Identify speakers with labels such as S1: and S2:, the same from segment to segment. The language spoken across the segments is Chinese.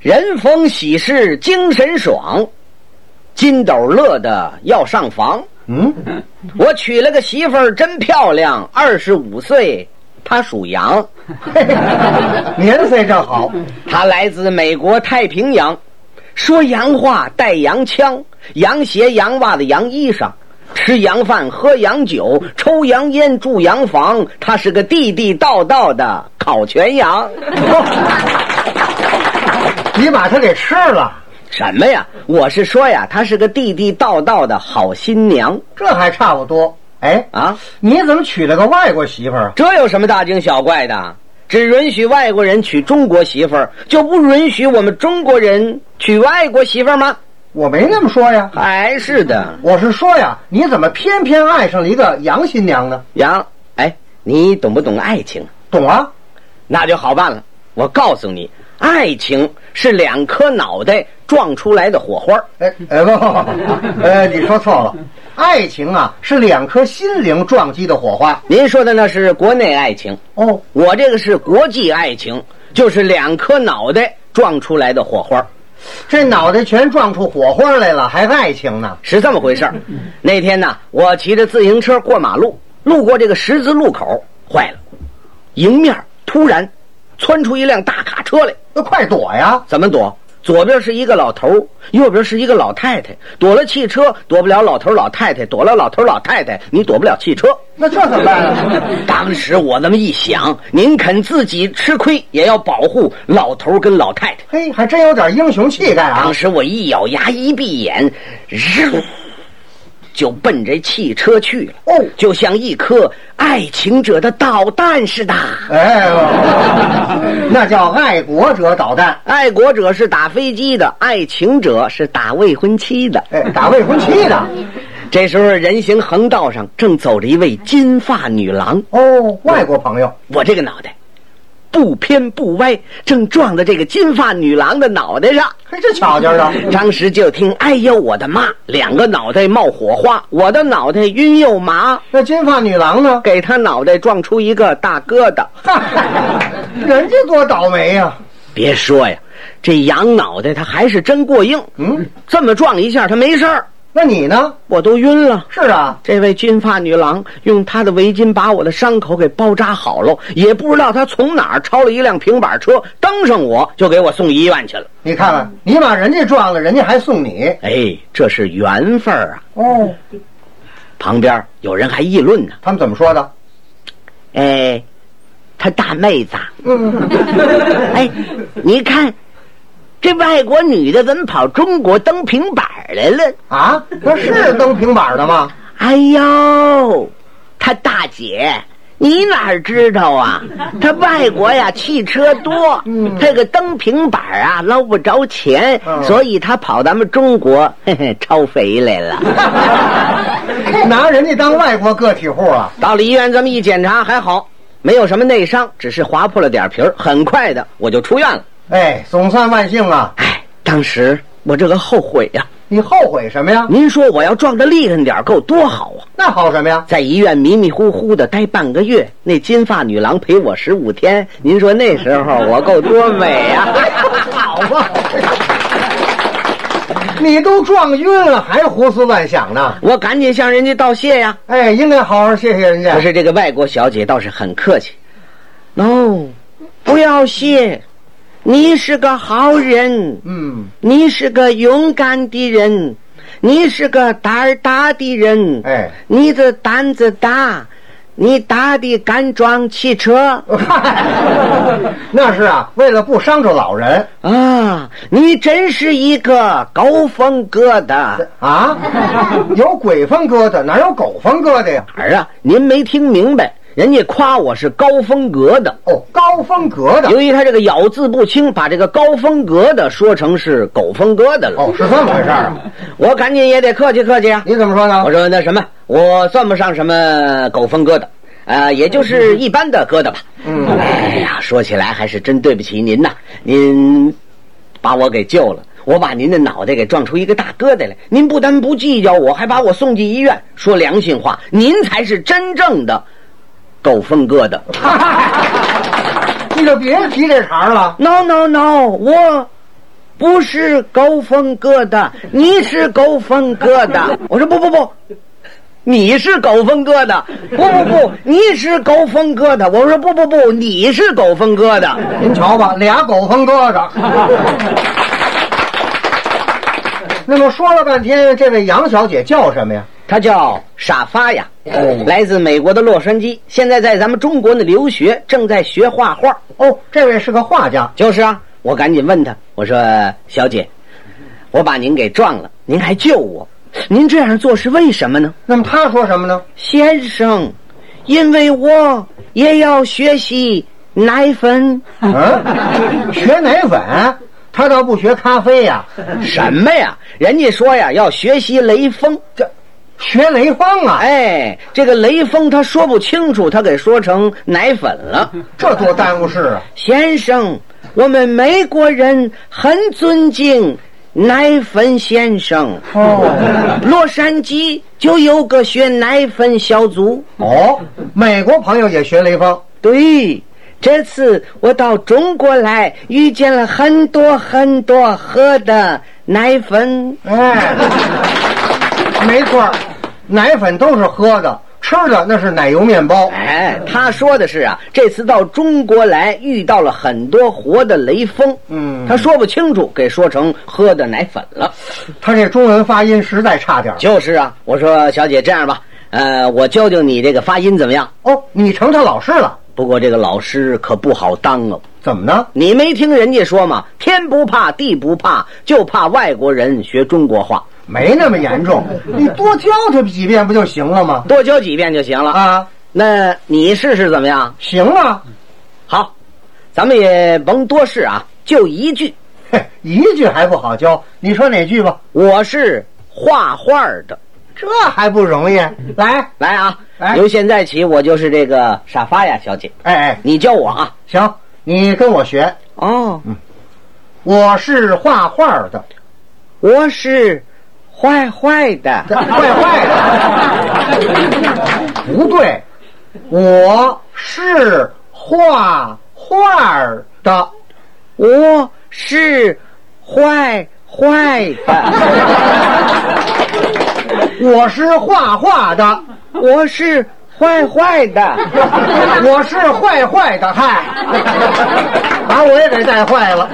S1: 人逢喜事精神爽，金斗乐的要上房。
S2: 嗯，
S1: 我娶了个媳妇儿真漂亮，二十五岁，她属羊，
S2: 年岁正好，
S1: 她来自美国太平洋，说洋话，带洋腔，洋鞋、洋袜子、洋衣裳，吃洋饭，喝洋酒，抽洋烟，住洋房，她是个地地道道的烤全羊。
S2: 你把他给吃了，
S1: 什么呀？我是说呀，她是个地地道道的好新娘
S2: 这还差不多。哎，
S1: 啊！
S2: 你怎么娶了个外国媳妇儿啊？
S1: 这有什么大惊小怪的？只允许外国人娶中国媳妇儿，就不允许我们中国人娶外国媳妇儿吗？
S2: 我没那么说呀，
S1: 还是的，
S2: 我是说呀，你怎么偏偏爱上了一个洋新娘呢？
S1: 杨，哎，你懂不懂爱情？
S2: 懂啊？
S1: 那就好办了。我告诉你，爱情是两颗脑袋撞出来的火花儿
S2: 哎哎不 不不，呃，你说错了，爱情啊是两颗心灵撞击的火花。
S1: 您说的那是国内爱情，
S2: 哦，
S1: 我这个是国际爱情，就是两颗脑袋撞出来的火花儿
S2: 这脑袋全撞出火花来了，还爱情呢？
S1: 是这么回事儿。那天呢，我骑着自行车过马路，路过这个十字路口，坏了，迎面突然窜出一辆大卡车来，
S2: 那快躲呀！
S1: 怎么躲？左边是一个老头儿，右边是一个老太太，躲了汽车躲不了老头儿老太太，躲了老头儿老太太，你躲不了汽车。
S2: 那这怎么办啊？
S1: 当时我那么一想，您肯自己吃亏，也要保护老头儿跟老太太。
S2: 嘿，还真有点英雄气概啊
S1: 当！时我一咬牙，一闭眼，日就奔这汽车去了。
S2: 哦
S1: 就像一颗爱情者的导弹似的。
S2: 哎呦，那叫爱国者导弹，
S1: 爱国者是打飞机的，爱情者是打未婚妻的。
S2: 哎，打未婚妻的。
S1: 这时候，人行横道上正走着一位金发女郎，
S2: 哦，外国朋友，
S1: 我这个脑袋不偏不歪，正撞在这个金发女郎的脑袋上。
S2: 嘿，这巧劲儿啊的。
S1: 当时就听“哎呦我的妈”，两个脑袋冒火花，我的脑袋晕又麻，
S2: 那金发女郎呢？
S1: 给他脑袋撞出一个大疙瘩。
S2: 哈哈人家多倒霉呀、
S1: 别说呀，这羊脑袋他还是真过硬，
S2: 嗯，
S1: 这么撞一下他没事儿，
S2: 那你呢？
S1: 我都晕了。
S2: 是啊，
S1: 这位金发女郎用她的围巾把我的伤口给包扎好了，也不知道她从哪儿抄了一辆平板车，蹬上我就给我送医院去了。
S2: 你看看，你把人家撞了，人家还送你。
S1: 哎，这是缘分儿啊！
S2: 哦，
S1: 旁边有人还议论呢，
S2: 他们怎么说的？
S1: 哎，她大妹子啊，
S2: 嗯，
S1: 哎，你看，这外国女的怎么跑中国蹬平板儿来了？
S2: 啊，那是蹬平板的吗？
S1: 哎呦，她大姐，你哪儿知道啊？ 她外国呀，汽车多，
S2: 嗯
S1: 这个蹬平板儿啊捞不着钱，
S2: 嗯
S1: 所以她跑咱们中国， 嘿嘿，超肥来了。
S2: 拿人家当外国个体户啊？
S1: 到了医院这么一检查，还好，没有什么内伤，只是划破了点皮儿。很快的，我就出院了。
S2: 哎，总算万幸啊！
S1: 哎，当时我这个后悔呀、
S2: 你后悔什么呀？
S1: 您说我要撞得厉害点儿，够多好啊！
S2: 那好什么呀？
S1: 在医院迷迷糊糊的待半个月，那金发女郎陪我十五天，您说那时候我够多美啊！
S2: 好吧，你都撞晕了，还胡思乱想呢？
S1: 我赶紧向人家道谢呀。
S2: 哎，应该好好谢谢人家。
S1: 可是这个外国小姐倒是很客气，no，不要谢，你是个好人，
S2: 嗯，
S1: 你是个勇敢的人，你是个胆儿大的人，
S2: 哎，
S1: 你的胆子大，你大的敢撞汽车。
S2: 嗨 那是啊，为了不伤着老人
S1: 啊，你真是一个高风哥的哪
S2: 啊。有鬼风疙瘩，哪有狗风疙瘩呀？
S1: 儿啊？您没听明白，人家夸我是高风格的。
S2: 哦，高风疙瘩。
S1: 由于他这个咬字不清，把这个高风格的说成是狗风哥的了。
S2: 哦，是这么回事儿啊？
S1: 我赶紧也得客气客气啊！
S2: 你怎么说呢
S1: 我？说那什么，我算不上什么狗风哥的，啊、也就是一般的疙瘩吧。
S2: 嗯
S1: 哎呀，说起来还是真对不起您呐，您把我给救了，我把您的脑袋给撞出一个大疙瘩来。您不但不计较我，还把我送进医院。说良心话，您才是真正的狗粪疙瘩。
S2: 你就别提这茬儿了。
S1: No no no，我不是狗疯疙瘩，你是狗疯疙瘩。我说不不不，你是狗疯疙瘩，不不不，你是狗疯疙瘩。我说不不不，你是狗疯疙瘩。
S2: 您瞧吧，俩狗疯疙瘩。 那么说了半天，这位杨小姐叫什么呀？
S1: 她叫沙发呀，来自美国的洛杉矶，现在在咱们中国呢留学，正在学画画。
S2: 哦，这位是个画家。
S1: 就是啊，我赶紧问他，我说：“小姐，我把您给撞了，您还救我，您这样做是为什么呢
S2: 那么他说什么呢？？”
S1: 先生，因为我也要学习奶粉。
S2: 嗯，啊学奶粉，他倒不学咖啡呀、
S1: 什么呀？人家说呀，要学习雷锋。
S2: 这学雷锋啊，
S1: 哎，这个雷锋他说不清楚，他给说成奶粉了。
S2: 这多耽误事啊！
S1: 先生，我们美国人很尊敬奶粉先生。
S2: 哦
S1: 洛杉矶就有个学奶粉小组。
S2: 哦，美国朋友也学雷锋，
S1: 对，这次我到中国来，遇见了很多很多喝的奶粉。
S2: 哎，没错儿，奶粉都是喝的，吃的那是奶油面包。
S1: 哎，他说的是啊，这次到中国来遇到了很多活的雷锋。
S2: 嗯
S1: 他说不清楚，给说成喝的奶粉了。
S2: 他这中文发音实在差点儿。
S1: 就是啊，我说小姐这样吧，呃，我教教你这个发音怎么样？
S2: 哦，你成他老师了？
S1: 不过这个老师可不好当哦。
S2: 怎么呢？
S1: 你没听人家说吗？天不怕地不怕，就怕外国人学中国话，
S2: 没那么严重，你多教他几遍不就行了吗？
S1: 多教几遍就行了。
S2: 啊，
S1: 那你试试怎么样？
S2: 行啊，
S1: 好，咱们也甭多事啊，就一句，
S2: 嘿，一句还不好教，你说哪句吧？
S1: 我是画画的。
S2: 这还不容易？来，
S1: 来啊，
S2: 来
S1: 由现在起我就是这个沙发呀，小姐，
S2: 哎哎，
S1: 你教我啊。
S2: 行，你跟我学。
S1: 哦，
S2: 我是画画的，
S1: 我是坏坏的。
S2: 坏坏的，不对，我是画画的，
S1: 我是坏坏的，
S2: 我是画画的，
S1: 我是坏坏的，
S2: 我是坏坏的，嗨，把我也给带坏了。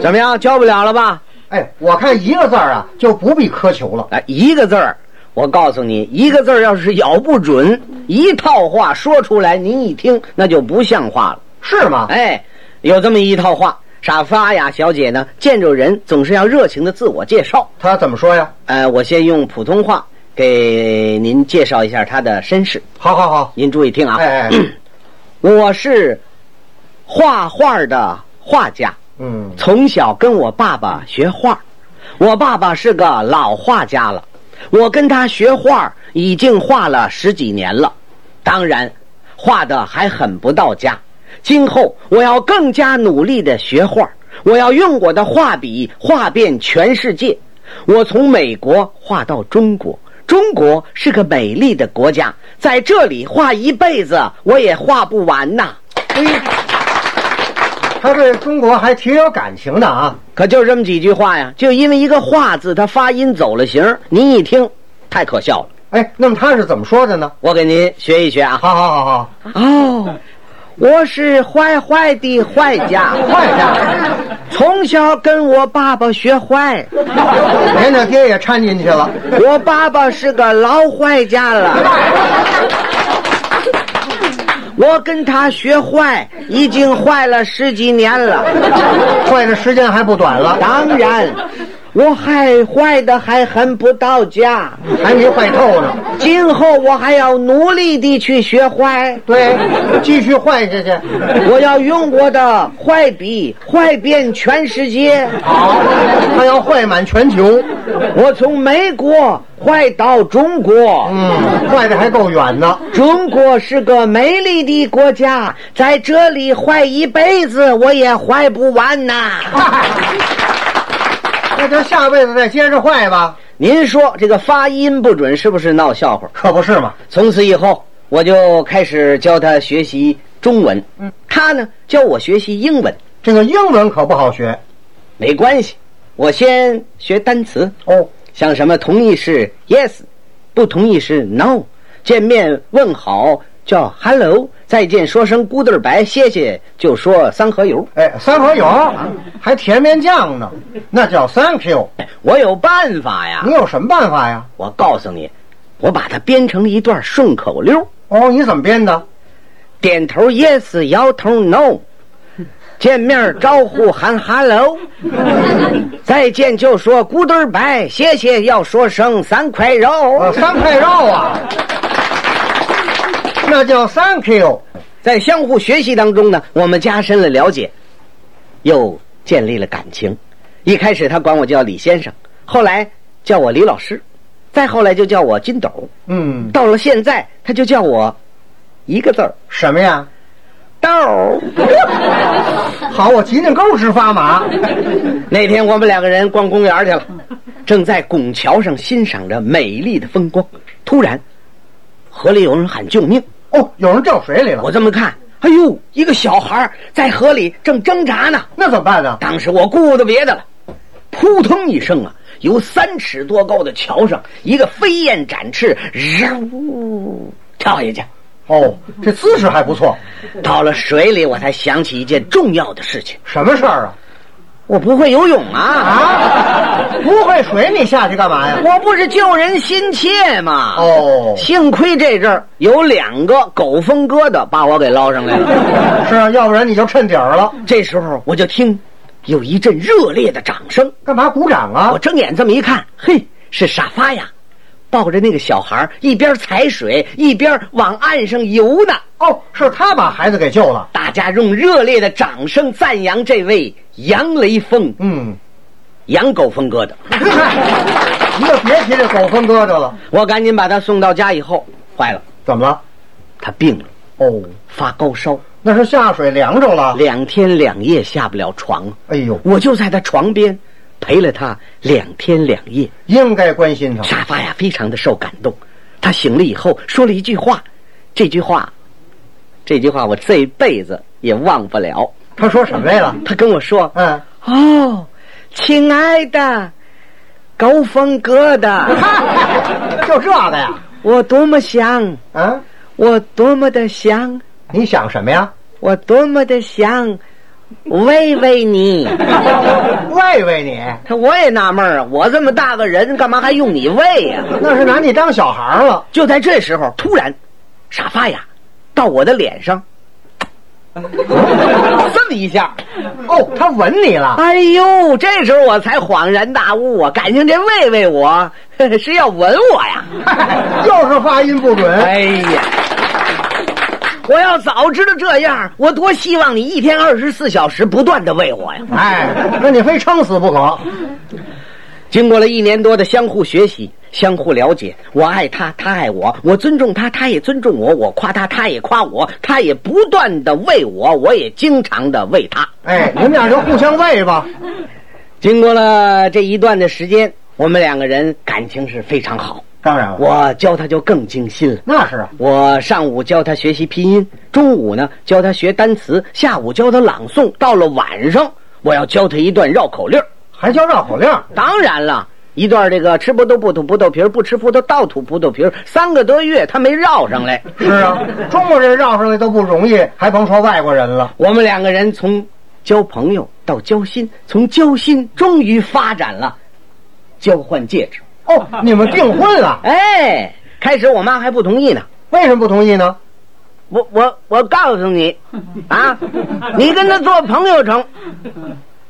S1: 怎么样？教不了了吧？
S2: 哎，我看一个字儿啊，就不必苛求了。
S1: 哎，一个字儿，我告诉你，一个字儿要是咬不准，一套话说出来，您一听那就不像话了。
S2: 是吗？
S1: 哎，有这么一套话，傻发呀，小姐呢，见着人总是要热情的自我介绍。
S2: 他怎么说呀？
S1: 呃，我先用普通话给您介绍一下她的身世，
S2: 好好好，
S1: 您注意听啊。
S2: 哎哎，
S1: 我是画画的画家，
S2: 嗯，
S1: 从小跟我爸爸学画，我爸爸是个老画家了，我跟他学画已经画了十几年了，当然，画的还很不到家。今后我要更加努力的学画，我要用我的画笔画遍全世界。我从美国画到中国，中国是个美丽的国家，在这里画一辈子我也画不完呐。
S2: 他对中国还挺有感情的啊。
S1: 可就这么几句话呀，就因为一个“画”字，它发音走了形儿，您一听，太可笑了。
S2: 哎，那么他是怎么说的呢？
S1: 我给您学一学啊。
S2: 好好好好，
S1: 哦，我是坏坏的坏家，
S2: 坏家，
S1: 从小跟我爸爸学坏，
S2: 连他爹也掺进去了。
S1: 我爸爸是个老坏家了。我跟他学坏，已经坏了十几年了。
S2: 坏的时间还不短了，
S1: 当然，我还坏的还很不到家。
S2: 还没坏透呢。
S1: 今后我还要努力地去学坏，
S2: 对，继续坏下去。
S1: 我要用我的坏笔坏遍全世界。
S2: 好，他要坏满全球。
S1: 我从美国坏到中国，
S2: 嗯，坏的还够远呢。
S1: 中国是个美丽的国家，在这里坏一辈子我也坏不完呐。
S2: 那就下辈子再接着坏吧，
S1: 您说这个发音不准是不是闹笑话？
S2: 可不是嘛？
S1: 从此以后，我就开始教他学习中文，他呢教我学习英文。
S2: 这个英文可不好学。
S1: 没关系，我先学单词，
S2: 哦，
S1: 像什么同意是 yes，不同意是 no。见面问好叫 hello，再见说声 good 白，谢谢就说三合油。
S2: 哎，三合油还甜面酱呢，那叫 thank you。
S1: 我有办法呀
S2: 你！有什么办法呀？
S1: 我告诉你，我把它编成了一段顺口溜：
S2: 哦，你怎么编的？
S1: 点头 yes，摇头 no。见面招呼喊 hello，再见就说 good 白，谢谢要说声三块肉。
S2: 呃，三块肉啊，那叫 thank you。
S1: 在相互学习当中呢，我们加深了了解，又建立了感情。一开始他管我叫李先生，后来叫我李老师，再后来就叫我金斗。
S2: 嗯，
S1: 到了现在，他就叫我一个字儿
S2: 什么呀？
S1: 豆儿。
S2: 好，我急得够直发麻。
S1: 那天我们两个人逛公园去了，正在拱桥上欣赏着美丽的风光，突然，河里有人喊救命。
S2: 哦，有人掉水里了，
S1: 我这么看，哎呦，一个小孩儿在河里正挣扎呢。
S2: 那怎么办呢？
S1: 当时我顾不得别的了，扑腾一声啊，由三尺多高的桥上，一个飞燕展翅，呜跳下去。
S2: 哦，这姿势还不错。
S1: 到了水里，我才想起一件重要的事情：
S2: 什么事儿啊？
S1: 我不会游泳啊！
S2: 啊，不会水你下去干嘛呀？
S1: 我不是救人心切吗？
S2: 哦
S1: 幸亏这阵儿有两个狗疯鸽的把我给捞上来了。
S2: 是啊，要不然你就趁底儿了。
S1: 这时候我就听有一阵热烈的掌声，
S2: 干嘛鼓掌啊
S1: 我？睁眼这么一看，嘿，是沙发呀，抱着那个小孩儿一边踩水一边往岸上游呢。
S2: 哦，是他把孩子给救了。
S1: 大家用热烈的掌声赞扬这位杨雷锋、
S2: 嗯，
S1: 杨狗峰哥的。
S2: 你就别提这狗分疙瘩了。
S1: 我赶紧把他送到家以后，坏了，
S2: 怎么了？
S1: 他病了，
S2: 哦，
S1: 发高烧，
S2: 那是下水凉着了。
S1: 两天两夜下不了床，
S2: 哎呦，
S1: 我就在他床边陪了他两天两夜。
S2: 应该关心他。
S1: 沙发呀，非常的受感动。他醒了以后说了一句话，这句话，这句话我这辈子也忘不了。
S2: 他说什么来了？
S1: 他跟我说
S2: 嗯，：“
S1: 哦，亲爱的，高峰哥的，
S2: 啊就这个呀？
S1: 我多么想，
S2: 啊，
S1: 我多么的想，
S2: 你想什么 呀？
S1: 我多么的想喂喂你。”
S2: 喂喂你，
S1: 他我也纳闷儿啊，我这么大个人，干嘛还用你喂呀、
S2: 那是拿你当小孩儿了。
S1: 就在这时候，突然，沙发呀，到我的脸上，这么一下，
S2: 哦，他吻你 了。
S1: 哎呦！这时候我才恍然大悟啊，感情这喂喂我 是要吻我呀！
S2: 又是发音不准。
S1: 哎呀，我要早知道这样，我多希望你一天二十四小时不断的喂我呀！
S2: 哎，那你非撑死不可。
S1: 经过了一年多的相互学习、相互了解，我爱他，他爱我，我尊重他，他也尊重我，我夸他，他也夸我，他也不断的喂我，我也经常的喂他。
S2: 哎，你们俩就互相喂吧。
S1: 经过了这一段的时间，我们两个人感情是非常好，
S2: 当然了，
S1: 我教他就更精心了。
S2: 那是啊。
S1: 我上午教他学习拼音，中午呢教他学单词，下午教他朗诵，到了晚上我要教他一段绕口令儿。
S2: 还叫绕口令儿。
S1: 当然了，一段这个吃葡萄不吐葡萄皮儿，不吃葡萄倒吐葡萄皮儿，三个多月他没绕上来。
S2: 是啊，中国人绕上来都不容易，还甭说外国人了。
S1: 我们两个人从交朋友到交心，从交心终于发展了交换戒指。
S2: 哦，你们订婚了？
S1: 哎，开始我妈还不同意呢。
S2: 为什么不同意呢？
S1: 我我我告诉 你，啊，你跟他做朋友成，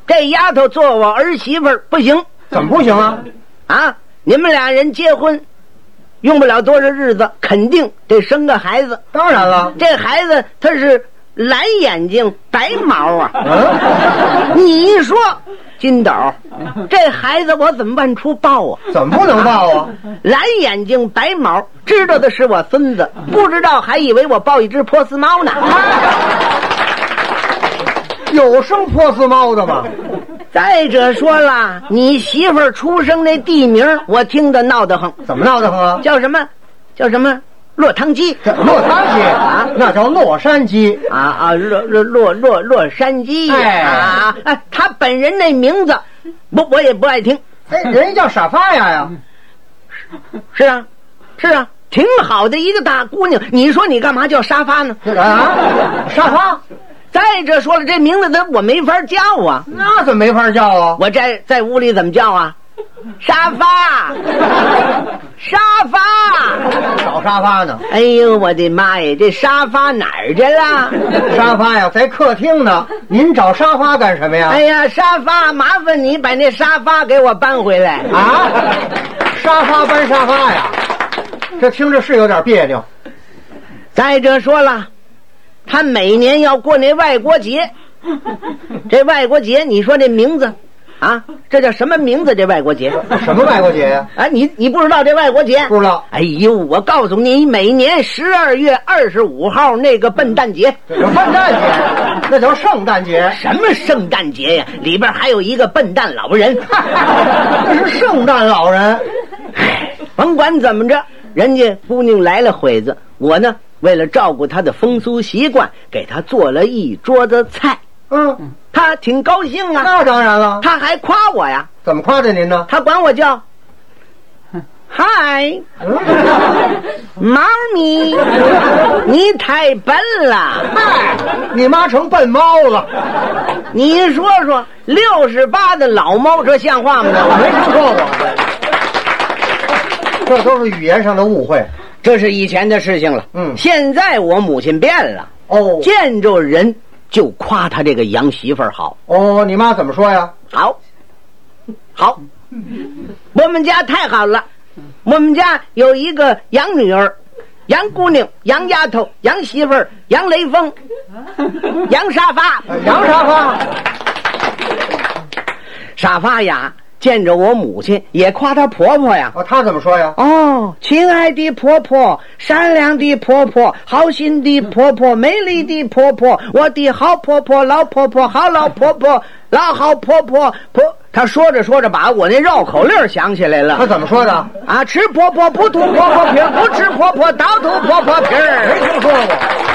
S1: 这丫头做我儿媳妇儿不行
S2: 怎么不行 啊？
S1: 啊！你们俩人结婚，用不了多少日子，肯定得生个孩子。
S2: 当然了，
S1: 这孩子他是蓝眼睛白毛啊！
S2: 嗯，
S1: 你说，金斗，这孩子我怎么办出抱啊？
S2: 怎么不能 抱啊？
S1: 蓝眼睛白毛，知道的是我孙子，不知道还以为我抱一只波斯 猫呢。
S2: 有生波斯猫的吗？
S1: 再者说了，你媳妇儿出生那地名儿，我听得闹得慌，
S2: 怎么闹的慌啊？
S1: 叫什么？叫什么？落汤鸡
S2: 这洛杉矶
S1: 啊
S2: 那叫洛杉矶。
S1: 啊啊，洛洛洛洛洛杉矶
S2: 哎
S1: 啊啊！哎，他本人那名字不，我也不爱听。
S2: 哎，人家叫傻发呀呀，
S1: 是啊，是啊，挺好的一个大姑娘，你说你干嘛叫沙发呢？
S2: 啊，沙发，
S1: 再者说了，这名字它我没法叫啊，
S2: 那怎么没法叫啊？
S1: 我在在屋里怎么叫啊？沙发，沙发。
S2: 找沙发呢，
S1: 哎呦，我的妈呀！这沙发哪儿去了？
S2: 沙发呀，在客厅呢。您找沙发干什么呀？
S1: 哎呀，沙发，麻烦你把那沙发给我搬回来啊！
S2: 啊，沙发搬沙发呀，这听着是有点别扭。
S1: 再者说了，他每年要过那外国节，这外国节，你说这名字啊，这叫什么名字？这外国节
S2: 什么外国节呀？
S1: 啊，你你不知道这外国节？
S2: 不知道，
S1: 哎呦，我告诉你，每年十二月二十五号那个笨蛋节，
S2: 这叫圣诞节，那叫圣诞节，
S1: 什么圣诞节呀？里边还有一个笨蛋老 人。
S2: 那是圣诞老人。
S1: 甭管怎么着，人家姑娘来了会子，我呢为了照顾她的风俗习惯，给她做了一桌子菜，
S2: 嗯，
S1: 她挺高兴啊，
S2: 那当然了。
S1: 她还夸我呀，
S2: 怎么夸的您呢？
S1: 她管我叫嗨，
S2: 嗯，
S1: 猫 咪，你太笨了。
S2: 嗨，哎你妈成笨猫了，
S1: 你说说，六十八的老猫，这像话
S2: 嗯我
S1: 吗？
S2: 没听说过。 这都是语言上的误会。
S1: 这是以前的事情了。
S2: 嗯
S1: 现在我母亲变了，
S2: 哦
S1: 见着人就夸她这个洋媳妇儿好。
S2: 哦，你妈怎么说呀？
S1: 好，好，我们家太好了，我们家有一个洋女儿，洋姑娘，洋丫头，洋媳妇儿，洋雷锋，洋沙发，
S2: 洋沙发。
S1: 沙发呀，见着我母亲也夸她婆婆呀。
S2: 哦，她怎么说呀？
S1: 哦，亲爱的婆婆，善良的婆婆，好心的婆婆，美丽的婆婆，我的好婆婆，老婆婆，好老婆婆，老好婆婆婆。她说着说着，把我那绕口令儿想起来了
S2: 她。怎么说的？
S1: 啊，吃婆婆不吐婆婆皮儿，不吃婆婆倒吐婆婆皮
S2: 没
S1: 儿。
S2: 听说过。